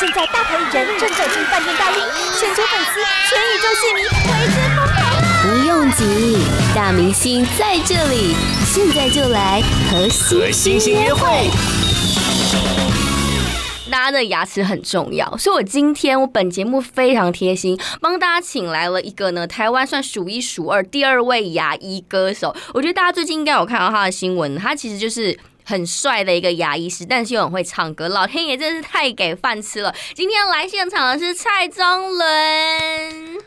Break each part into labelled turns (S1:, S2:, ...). S1: 现在大牌艺人正走进饭店大厅，全球粉丝、全宇宙戏迷为之疯狂啊！
S2: 不用急，大明星在这里，现在就来和
S3: 和
S2: 星
S3: 星星
S2: 星
S3: 约
S2: 约
S3: 会
S2: 会。。
S4: 大家的牙齿很重要，所以我今天我本节目非常贴心，帮大家请来了一个呢，台湾算数一数二第二位牙医歌手。我觉得大家最近应该有看到他的新闻，他其实就是。很帅的一个牙医师，但是又很会唱歌，老天爷真是太给饭吃了。今天来现场的是蔡宗伦，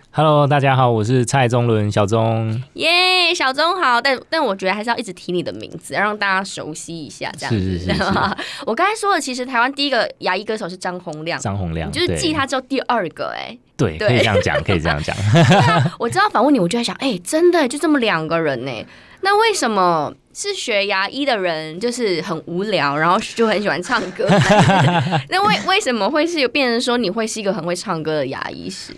S3: Hello，大家好，我是蔡宗伦，小宗。
S4: 耶、小钟好，但但我觉得还是要一直提你的名字，让大家熟悉一下，这样子。
S3: 是是是是
S4: 我刚才说的，其实台湾第一个牙医歌手是张洪亮，
S3: 张洪亮，
S4: 你就是
S3: 啊对
S4: 记他之后第二个哎、
S3: 对，
S4: 对
S3: 可以这样讲，可以这样讲。
S4: 我知道访问你，我就在想，哎、真的就这么两个人呢、欸那为什么是学牙医的人就是很无聊，然后就很喜欢唱 歌？那为为什么会是有变成说你会是一个很会唱歌的牙医师？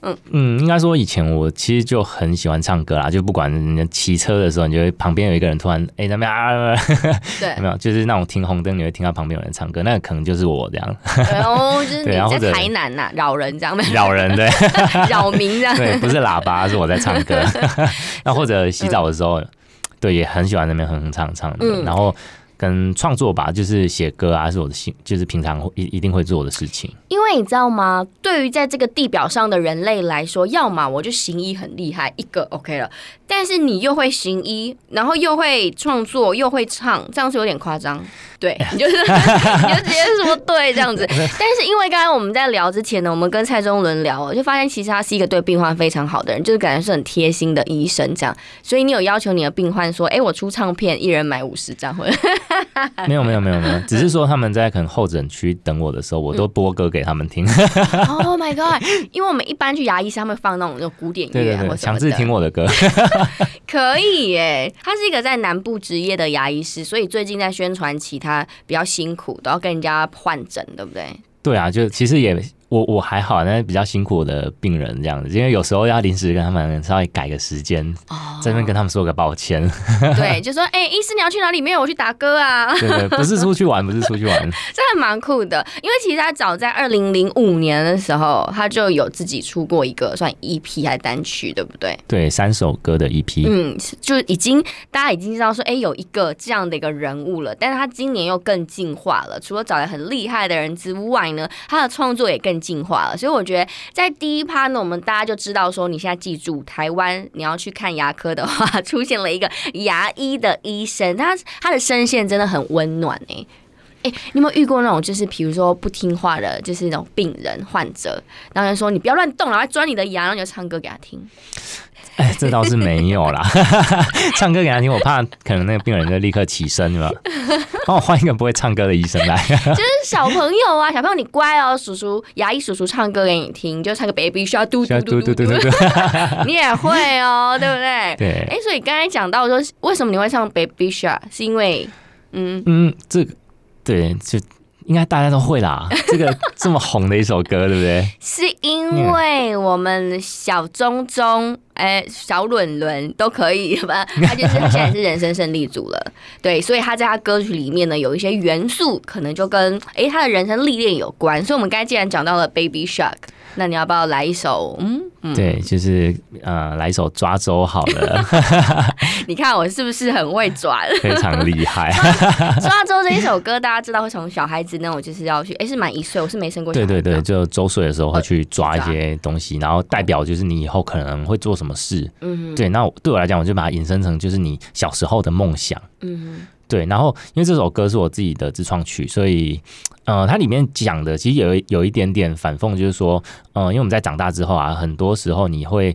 S3: 嗯，应该说以前我其实就很喜欢唱歌啦，就不管你骑车的时候，你就会旁边有一个人突然哎、那边啊，
S4: 对
S3: 有，没有？就是那种停红灯，你会听到旁边有人唱歌，那可能就是我这样
S4: 然后就是你
S3: 对然后或
S4: 在
S3: 者
S4: 台南呐、啊扰人这样，
S3: 扰人 对
S4: 扰民这样。
S3: 对，不是喇叭，是我在唱 歌。那或者洗澡的时候，对，也很喜欢那边哼哼唱唱的。
S4: 嗯
S3: 然后跟创作吧，就是写歌啊，是我的兴，就是平常会一一定会做的事情。
S4: 因为你知道吗？对于在这个地表上的人类来说，要么我就行医很厉害，一个 OK 了，但是你又会行医，然后又会创作，又会唱，这样是有点夸张。 对，你就是你就直接说对这样子。但是因为刚才我们在聊之前呢，我们跟蔡宗伦聊，就发现其实他是一个对病患非常好的人，就是感觉是很贴心的医生这样。所以你有要求你的病患说，哎，我出唱片，一人买五十张，或 者
S3: 没有没有没有没 有，只是说他们在可能候诊区等我的时候，
S4: 嗯
S3: 我都播歌给他们听。
S4: Oh my god！因为我们一般去牙医是他们放那种那种古典
S3: 对
S4: 乐
S3: 对
S4: 啊，或
S3: 对，
S4: 者什
S3: 强
S4: 么
S3: 制
S4: 的。
S3: 听我的歌。
S4: 可以耶，他是一个在南部职业的牙医师，所以最近在宣传期，他比较辛苦，都要跟人家换诊，对不对？
S3: 对啊，就其实也我我还好，但是比较辛苦我的病人这样子，因为有时候要临时跟他们稍微改个时间，
S4: 哦
S3: 这边跟他们说个抱歉。
S4: 对，就说哎、医师你要去哪里？没有，我去打歌啊。
S3: 对对，不是出去玩，不是出去玩。
S4: 这还蛮酷的，因为其实他早在二零零五年的时候，他就有自己出过一个算 EP 还单曲，对不对？
S3: 对，三首歌的 E EP，、
S4: 嗯，就已经大家已经知道说，哎、有一个这样的一个人物了，但是他今年又更进化了。除了找来很厉害的人之外呢，他的创作也更进化了。所以我觉得在第一趴呢，我们大家就知道说，你现在记住台湾你要去看牙科的话，出现了一个牙医的医生，他他的声线真的很温暖哎、哎、你有没有遇过那种，就是比如说不听话的，就是那种病人患者，然后人说你不要乱动，然后还钻你的牙，然后你就唱歌给他听。
S3: 哎， 这倒是没有啦。 唱歌给他听，我怕可能那个病人就立刻起身了。 帮我换一个不会唱歌的医生来。
S4: 小朋友啊，小朋友你乖哦，叔叔牙医叔叔唱歌给你听，就唱个 Baby Shark 嘟嘟嘟嘟嘟，
S3: 对
S4: 你也会哦，对不 对？
S3: 对，
S4: 哎，所以刚才讲到说，为什么你会唱 Baby Shark，是因为嗯，
S3: 嗯，这个对，就应该大家都会 啦。这个这么红的一首歌，对不对？
S4: 是因为我们小钟钟，哎、小伦伦都可以 吧？他就是他现在是人生胜利组了，对，所以他在他歌曲里面呢有一些元素，可能就跟哎、他的人生历练有关。所以我们刚才既然讲到了 Baby Shark，那你要不要来一首嗯？
S3: 对，就是呃，来一首抓周好 了，
S4: 你看我是不是很会转？
S3: 非常厉害。
S4: 说到周这一首歌，大家知道会从小孩子那种就是要去，哎、是满一岁，我是没生过小
S3: 对
S4: 孩。
S3: 对对，，就周岁的时候会去抓一
S4: 抓
S3: 些东西，然后代表就是你以后可能会做什么事。
S4: 嗯
S3: 对，那我对我来讲，我就把它引申成就是你小时候的梦想。
S4: 嗯，
S3: 对，然后因为这首歌是我自己的自创曲，所以呃，它里面讲的其实有一有一点点反讽，就是说，呃，因为我们在长大之后啊，很多时候你会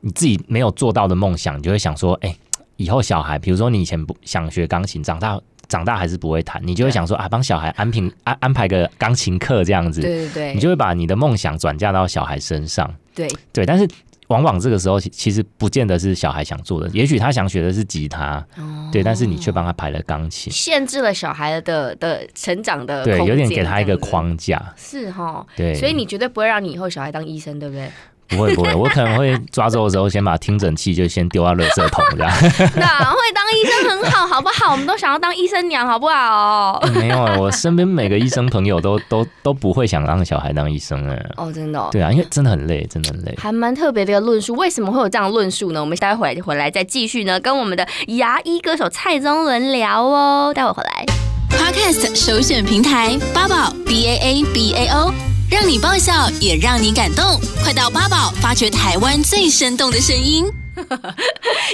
S3: 你自己没有做到的梦想，你就会想说，哎、以后小孩，比如说你以前不想学钢琴，长大。长大还是不会弹，你就会想说啊，帮小孩安平安安排个钢琴课这样子，
S4: 对对对，
S3: 你就会把你的梦想转嫁到小孩身上。
S4: 对
S3: 对，但是往往这个时候其其实不见得是小孩想做的，也许他想学的是吉他，对，但是你却帮他排了钢琴，
S4: 哦限制了小孩的的成长的
S3: 对，
S4: 空
S3: 有
S4: 间
S3: 点给他一个
S4: 这样子。
S3: 框架，
S4: 是哈，
S3: 对，
S4: 所以你绝对不会让你以后小孩当医生，对不对？
S3: 不会不会，我可能会抓周的时候先把听诊器就先丢到垃圾桶这样。
S4: 哪会当医生很好，好不好？我们都想要当医生娘，好不好？
S3: 没有，啊我身边每个医生朋友都都都不会想让小孩当医生哎。
S4: 哦，真的、哦。
S3: 对啊，因为真的很累，真的很累。
S4: 还蛮特别的一个论述，为什么会有这样的论述呢？我们待会儿回来再继续呢，跟我们的牙医歌手蔡宗伦聊哦。待会儿回来。
S2: Podcast 首选平台八宝 B A A B A O，让你爆笑也让你感动，快到八宝发掘台湾最生动的声音。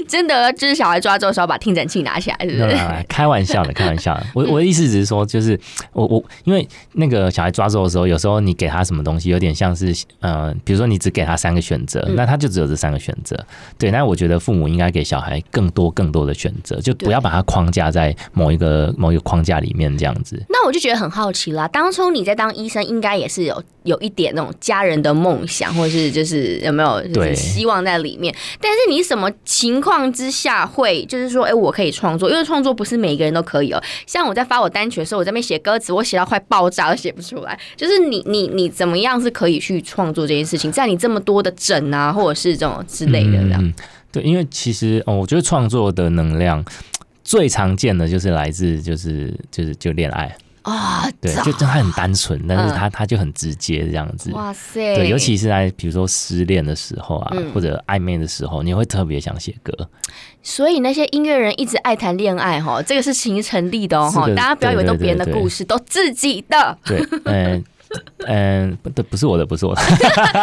S4: 真的，就是小孩抓周的时候把听诊器拿起来，是不
S3: 没有没
S4: 是？
S3: 有没有开玩笑的，开玩笑的。我我的意思只是说，就是我我因为那个小孩抓周的时候，有时候你给他什么东西，有点像是呃，比如说你只给他三个选择，
S4: 嗯
S3: 那他就只有这三个选择。对，那我觉得父母应该给小孩更多更多的选择，就不
S4: 对
S3: 要把它框架在某一个某一个框架里面这样子。
S4: 那我就觉得很好奇啦，当初你在当医生，应该也是有有一点那种家人的梦想，或是就是有没有就是
S3: 对
S4: 希望在里面？但是你什么情况之下会就是说，哎、我可以创作？因为创作不是每一个人都可以哦、像我在发我单曲的时候，我在那边写歌词，我写到快爆炸都写不出来。就是你你你怎么样是可以去创作这件事情，在你这么多的整啊，或者是这种之类的这样。
S3: 嗯嗯嗯对，因为其实哦，我觉得创作的能量最常见的就是来自就是就是就恋爱，
S4: 啊，
S3: 对，
S4: 早嗯
S3: 就就他很单纯，但是他他就很直接这样子。
S4: 哇塞，
S3: 对，尤其是在比如说失恋的时候啊，
S4: 哎嗯
S3: 或者暧昧的时候，你会特别想写 歌。
S4: 所以那些音乐人一直爱谈恋爱哈，这个是情成立的哦
S3: 是
S4: 哈，
S3: 的
S4: 大家不要以为都别人的
S3: 对对对对
S4: 故事，都自己的。
S3: 对，嗯、嗯，不对，不是我的，不是我的，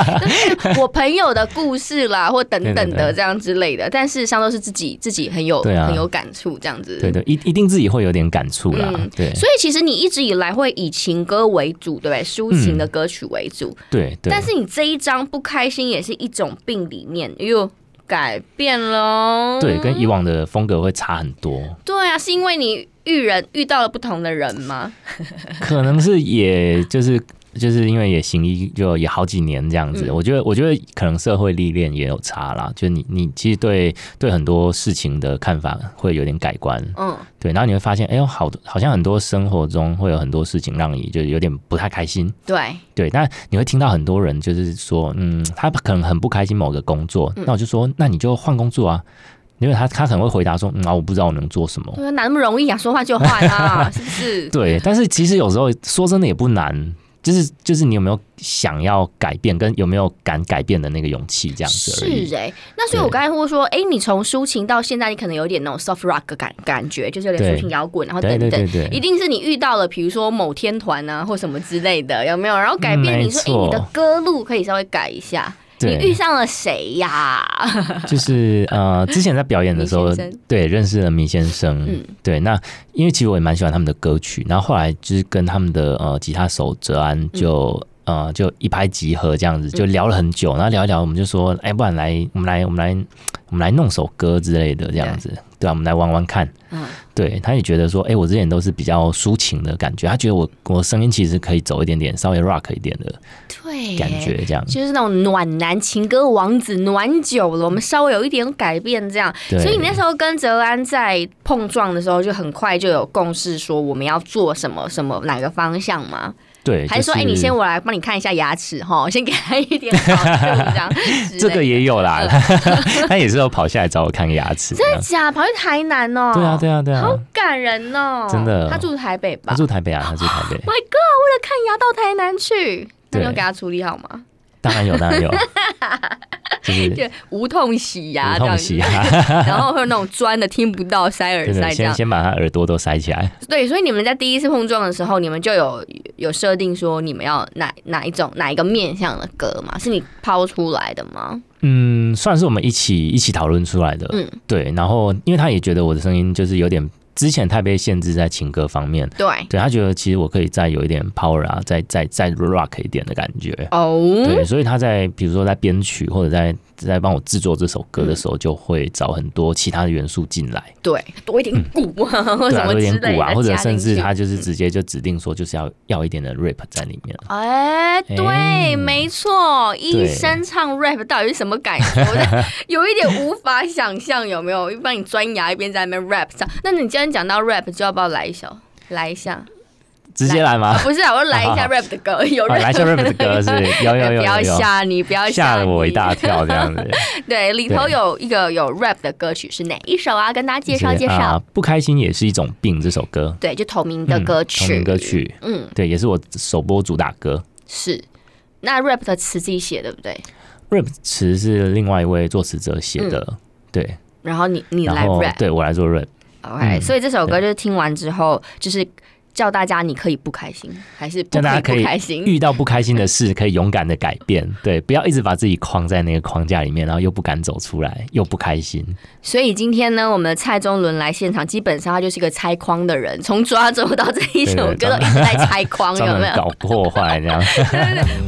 S4: 我朋友的故事啦，或等等
S3: 对对
S4: 的
S3: 对
S4: 这样之类的，但事实上都是自己自己很有
S3: 对啊
S4: 很有感触这样子。
S3: 对对，一一定自己会有点感触啦。
S4: 嗯
S3: 对
S4: 所以其实你一直以来会以情歌为主，对不对？抒情的歌曲为主，
S3: 对嗯对，
S4: 但是你这一张不开心也是一种病里面又改变喽。
S3: 对跟以往的风格会差很多。
S4: 对啊，是因为你遇人遇到了不同的人吗？
S3: 可能是也就是就是因为也行医就也好几年这样子，
S4: 嗯
S3: 我觉得我觉得可能社会历练也有差啦，就你你其实对对很多事情的看法会有点改观，
S4: 嗯，
S3: 对，然后你会发现，哎呦，好多好像很多生活中会有很多事情让你就是有点不太开心。
S4: 对，
S3: 对，那你会听到很多人就是说，嗯，他可能很不开心某个工作，
S4: 嗯
S3: 那我就说，那你就换工作啊，因为他他可能会回答说，嗯啊，我不知道我能做什么。
S4: 对啊，哪那么容易啊？说换就换 啊，是不是？
S3: 对，但是其实有时候说真的也不难，就是就是你有没有想要改变，跟有没有敢改变的那个勇气啊这样子而已。
S4: 是哎、那所以我
S3: 对
S4: 刚才会说，哎、你从抒情到现在，你可能有点那种 soft rock 的感感觉，就是有点抒
S3: 对
S4: 情摇滚，然后等
S3: 对
S4: 等，
S3: 对对
S4: 一
S3: 对，
S4: 定是你遇到了，比如说某天团啊，或什么之类的，有没有？然后改变
S3: 嗯
S4: 你
S3: 没
S4: 说，哎、
S3: 错
S4: 你的歌路可以稍微改一下。你遇
S3: 对，
S4: 上了谁 呀？
S3: 就是呃，之前在表演的时
S4: 米
S3: 候
S4: 先生，
S3: 对，认识了米先生。
S4: 嗯
S3: 对，那因为其实我也蛮喜欢他们的歌曲，然后后来就是跟他们的呃吉他手哲安就。
S4: 嗯
S3: 呃，就一拍即合这样子，就聊了很久，然后聊一聊，我们就说，哎、不然来，我们来，我们来，我们来弄首歌之类的，这样子，对啊？我们来玩玩看，
S4: 嗯，
S3: 对，他也觉得说，哎、我之前都是比较抒情的感觉，他觉得我我声音其实可以走一点点，稍微 rock 一点的
S4: 对，
S3: 感觉，这样。
S4: 就是那种暖男情歌王子，暖久了，我们稍微有一点改变这样。
S3: 对，
S4: 所以你那时候跟泽安在碰撞的时候，就很快就有共识，说我们要做什么什么哪个方向吗？
S3: 对，
S4: 还是说，哎、
S3: 就
S4: 你先我来帮你看一下牙齿哈， 先给他一点好处这样之类的。嗯
S3: 这个也有啦， 他也是有跑下来找我看牙齿。
S4: 真的假？跑去台南哦、
S3: 对啊，对啊，对啊
S4: 好，感人哦、
S3: 真的
S4: 他住台北吧
S3: 他住台北啊，他住台北，
S4: ？My God，为了看牙到台南去，那
S3: 对
S4: 你有给他处理好吗？
S3: 当然有，当然有，就是
S4: 就无痛洗牙
S3: 无
S4: 这样
S3: 痛
S4: 子
S3: 洗，牙，
S4: 然后会有那种钻的听不到塞耳
S3: 对
S4: 塞
S3: 对，
S4: 这
S3: 先
S4: 样。
S3: 先把他耳朵都塞起来。
S4: 对，所以你们在第一次碰撞的时候，你们就有有设定说你们要哪哪一种哪一个面向的歌吗？是你抛出来的吗？
S3: 嗯，算是我们一起一起讨论出来的。
S4: 嗯
S3: 嗯，对。然后，因为他也觉得我的声音就是有点之前太被限制在情歌方面，
S4: 对，
S3: 对他觉得其实我可以再有一点 power 啊，再再再 rock 一点的感觉。
S4: 哦，
S3: 对，所以他在比如说在编曲或者在在帮我制作这首歌
S4: 嗯
S3: 的时候，就会找很多其他的元素进来，
S4: 对，多一点鼓啊，或
S3: 对
S4: 什
S3: 啊，
S4: 么
S3: 有
S4: 之
S3: 点
S4: 类
S3: 鼓啊，
S4: 的，
S3: 或者
S4: 加进
S3: 甚至
S4: 去嗯
S3: 他就是直接就指定说就是要要一点的 rap 在里面。
S4: 哎，对，
S3: 哎
S4: 没错，医
S3: 对
S4: 生唱 rap 到底是什么感觉？我在有一点无法想象，有没有？一边你钻牙，一边在那边 rap 唱。那你既然讲到 rap，就要不要来一首？来一下，
S3: 直接来吗？
S4: 不是啊，我说来一
S3: 好
S4: 下
S3: 好
S4: rap 的歌，有
S3: 哦
S4: 人
S3: 来一下 rap 的歌是有有有有
S4: 不要
S3: 有
S4: 吓你，不要
S3: 吓了我一
S4: 你
S3: 大。跳，这样子
S4: 对，里头
S3: 对
S4: 有一个有 rap 的歌曲是哪一首啊？跟大家介绍
S3: 是
S4: 介绍
S3: 啊。。不开心也是一种病，这首歌
S4: 对，就同名的歌
S3: 嗯同
S4: 曲。
S3: 名歌曲，
S4: 嗯，
S3: 对，也是我首播主打歌。
S4: 是。那 rap 的词自己写对不对？
S3: rap 词是另外一位作词者写的，对，
S4: 然后嗯你你
S3: 然
S4: 来
S3: 后
S4: rap，
S3: 对我来做 rap，
S4: OK，、
S3: 嗯
S4: 所以这首歌就是听完之后，就是叫大家你可以不开心，还是不
S3: 叫大家
S4: 可
S3: 可
S4: 以
S3: 以
S4: 不开心？
S3: 遇到不开心的事，可以勇敢的改变，对，不要一直把自己框在那个框架里面，然后又不敢走出来，又不开心。
S4: 所以今天呢，我们的蔡宗伦来现场，基本上他就是个拆框的人，从抓周到这一首歌
S3: 对对
S4: 都一直在拆 框，有
S3: 专
S4: 没
S3: 门
S4: 有？
S3: 搞破坏 这样。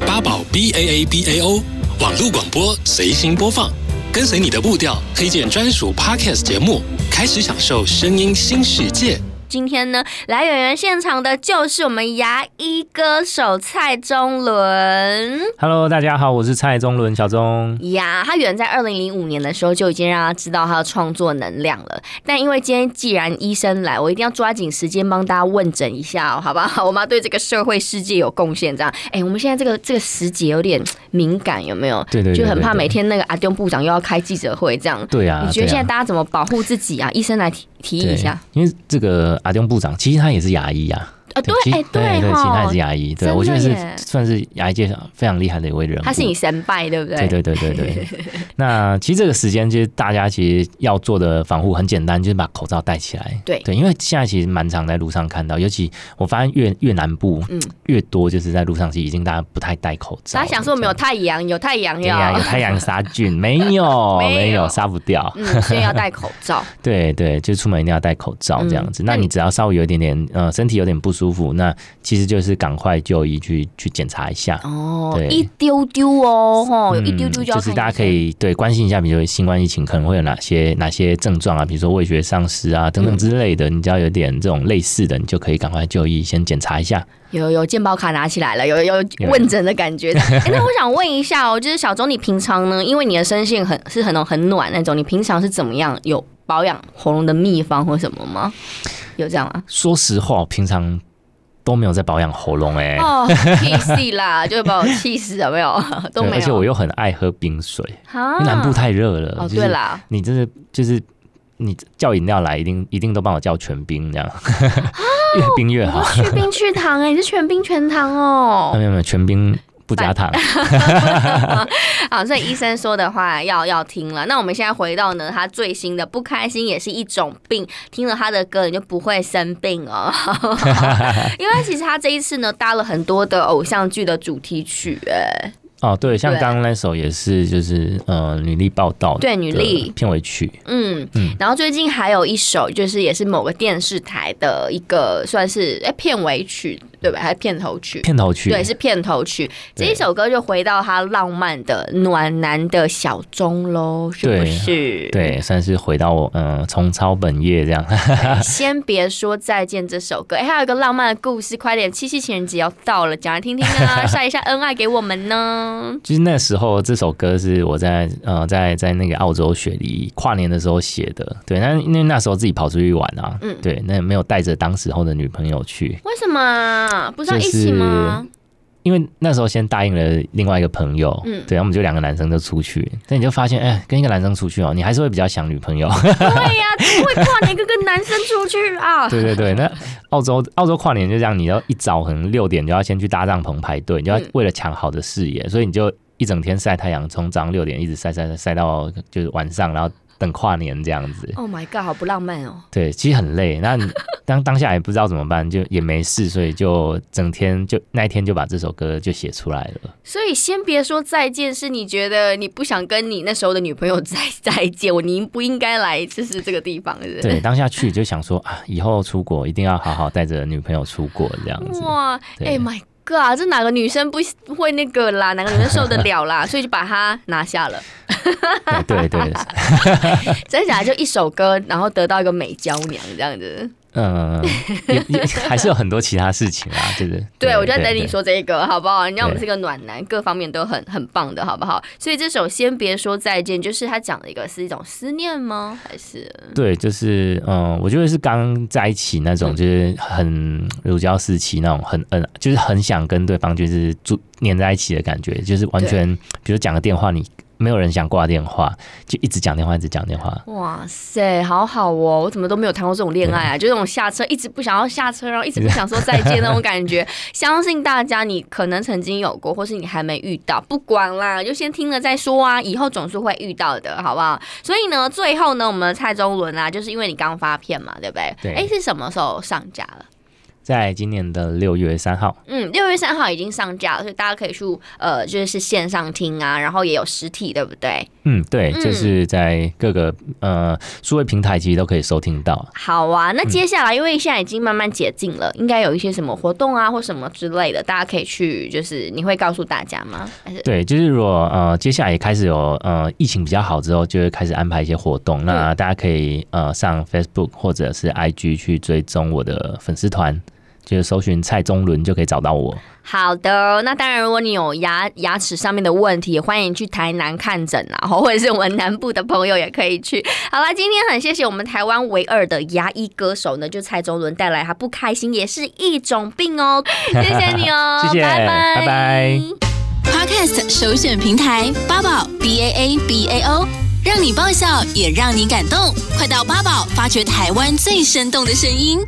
S5: 八宝 B A A B A O 网络广播随心播放，跟随你的步调，推荐专属 Podcast 节目，开始享受声音新世界。
S4: 今天呢，来演员现场的就是我们牙医歌手蔡宗伦。
S3: Hello，大家好，我是蔡宗伦，小钟。
S4: 呀他远在二零零五年的时候就已经让他知道他的创作能量了。但因为今天既然医生来，我一定要抓紧时间帮大家问诊一下、哦，好不好？我们要对这个社会世界有贡献，这样。哎、我们现在这个这个时节有点敏感，有没有？
S3: 对对对
S4: 就很怕
S3: 对对
S4: 每天那个阿丢部长又要开记者会这样。
S3: 对啊，
S4: 你觉得
S3: 对
S4: 现在
S3: 啊
S4: 大家怎么保护自己啊？医生来提提议一下
S3: 对因为这个阿东部长其实他也是牙医啊。
S4: 啊？对，
S3: 其
S4: 哎、
S3: 实对对，其实他也
S4: 哈
S3: 是，牙医，
S4: 真
S3: 对
S4: 的
S3: 我觉得是
S4: 耶
S3: 算是牙医界上非常厉害的一位人物。
S4: 他是你神拜，对不对？
S3: 对对对对 对。那其实这个时间，其实大家其实要做的防护很简单，就是把口罩戴起来。
S4: 对
S3: 对，因为现在其实蛮常在路上看到，尤其我发现越越南部，
S4: 嗯
S3: 越多就是在路上其实已经大家不太戴口罩了。
S4: 他想说没有
S3: 这样
S4: 太阳，有太阳
S3: 对呀，
S4: 要
S3: 有，太阳杀菌，没有
S4: 没有
S3: 没有杀不掉。
S4: 嗯，所以要戴口 罩。
S3: 对对，就出门一定要戴口罩这样子。
S4: 嗯
S3: 那
S4: 那你
S3: 你只要稍微有一点点呃身体有点不舒服，那其实就是赶快就医去去检查一下。
S4: 哦，
S3: 对
S4: 一丢丢哦，吼，有一丢丢就要
S3: 嗯是
S4: 看
S3: 大
S4: 医
S3: 家可
S4: 生
S3: 以对关心一下，比如说新冠疫情可能会有哪些哪些症状啊，比如说味觉丧失
S4: 嗯
S3: 啊等等之类的，你只要有点这种类似的，你就可以赶快就医，先检查一下。
S4: 有有健保卡拿起来了，有有有问诊的感 觉。哎、那我想问一下哦，就是小钟，你平常呢，因为你的声线很是很很暖那种，你平常是怎么样有保养喉咙的秘方或什么吗？有这样吗？
S3: 说实话，我平常都没有在保养喉咙哎、
S4: 哦，气死 啦，就把我气死有没有？都没
S3: 对
S4: 有。
S3: 而且我又很爱喝冰水，
S4: 啊
S3: 因为南部太热了。
S4: 哦，
S3: 就是
S4: 对 啦，
S3: 你真的就是你叫饮料来，一定一定都帮我叫全冰这样，
S4: 啊
S3: 越冰越好。
S4: 去冰去糖哎、你是全冰全糖哦。
S3: 啊 没有没有，全冰不加糖。
S4: 好，所以医生说的话要要听了。那我们现在回到呢，他最新的不开心也是一种病，听了他的歌你就不会生病哦。 因为其实他这一次呢搭了很多的偶像剧的主题曲，哎，
S3: 哦，对，像
S4: 对
S3: 刚刚那首也是，就是呃，女力报道
S4: 对女
S3: 的
S4: 力
S3: 片尾曲，
S4: 嗯，然后最近还有一首就是也是某个电视台的一个算是哎片尾曲对吧？还是片头曲？
S3: 片头曲，
S4: 对，是片头曲。这一首歌就回到他浪漫的暖男的小钟喽，是不
S3: 对
S4: 是？
S3: 对，算是回到呃重操本业这样。
S4: 先别说再见这首歌，哎、还有一个浪漫的故事，快点，七夕情人节要到了，讲来听听 啊，晒一晒恩爱给我们呢。
S3: 就是那时候这首歌是我在呃在在那个澳洲雪梨跨年的时候写的，对，那因为那时候自己跑出去玩啊，
S4: 嗯
S3: 对，那没有带着当时候的女朋友去，
S4: 为什么啊不是要一起吗？
S3: 因为那时候先答应了另外一个朋友，
S4: 嗯
S3: 对，然后我们就两个男生就出去，但你就发现，哎、跟一个男生出去哦，你还是会比较想女朋友。
S4: 对 呀、怎么会跨年跟个男生出去啊？
S3: 对对对，那澳洲澳洲跨年就这样，你要一早可能六点就要先去搭帐篷排队，你就要
S4: 嗯
S3: 为了抢好的视野，所以你就一整天晒太阳，从早上六点一直晒晒晒晒到就是晚上，然后等跨年这样子。
S4: Oh my god，好不浪漫哦！
S3: 对，其实很累，那 你当当下也不知道怎么办，就也没事，所以就整天就那一天就把这首歌就写出来了。
S4: 所以先别说再见，是你觉得你不想跟你那时候的女朋友再再见，我你不应该来，就是这个地方，是不
S3: 对，
S4: 是？
S3: 当下去就想说啊，以后出国一定要好好带着女朋友出国这样子。
S4: 哇，
S3: 对
S4: 哎、my god，这哪个女生不不会那个啦？哪个女生受得了啦？所以就把它拿下了。
S3: 对对对，
S4: 真假就一首歌，然后得到一个美娇娘这样子，
S3: 嗯，也也还是有很多其他事情啊，就是
S4: 对，我就在等你。说这个，好不好？你看我们是个暖男，各方面都很很棒的，好不好？所以这首《先别说再见》，就是他讲的一个是一种思念吗？还是
S3: 对，就是嗯，我觉得是刚在一起那种，就是很如胶似漆那种，很嗯，就是很想跟对方就是住黏在一起的感觉，就是完全，比如讲个电话，你没有人想挂电话，就一直讲电话，一直讲电话。
S4: 哇塞，好好哦！我怎么都没有谈过这种恋爱啊，就那种下车一直不想要下车，然后一直不想说再见那种感觉。相信大家，你可能曾经有过，或是你还没遇到，不管啦，就先听了再说啊，以后总是会遇到的，好不好？所以呢，最后呢，我们的蔡宗伦啊，就是因为你刚发片嘛，对不对？
S3: 对
S4: 哎，是什么时候上架了？
S3: 在今年的六月三号，
S4: 嗯，六月三号已经上架了，所以大家可以去呃，就是线上听啊，然后也有实体，对不对？
S3: 嗯，对，
S4: 嗯
S3: 就是在各个呃数位平台其实都可以收听到。
S4: 好啊，那接下来因为现在已经慢慢解禁了，应该有一些什么活动啊或什么之类的，大家可以去，就是你会告诉大家吗？还是
S3: 对，就是如果呃接下来也开始有呃疫情比较好之后，就会开始安排一些活动。那大家可以呃上 Facebook 或者是 IG 去追踪我的粉丝团，就是搜寻蔡宗伦就可以找到我。
S4: 好的，那当然，如果你有牙牙齿上面的问题，也欢迎去台南看诊啊，或者是我们南部的朋友也可以去。好啦，今天很谢谢我们台湾唯二的牙医歌手呢，就蔡宗伦带来他不开心也是一种病哦，谢谢你哦，
S3: 谢谢
S4: 拜拜，
S3: 拜拜
S2: Podcast 首选平台八宝 B A A B A O，让你爆笑也让你感动，快到八宝发掘台湾最生动的声音。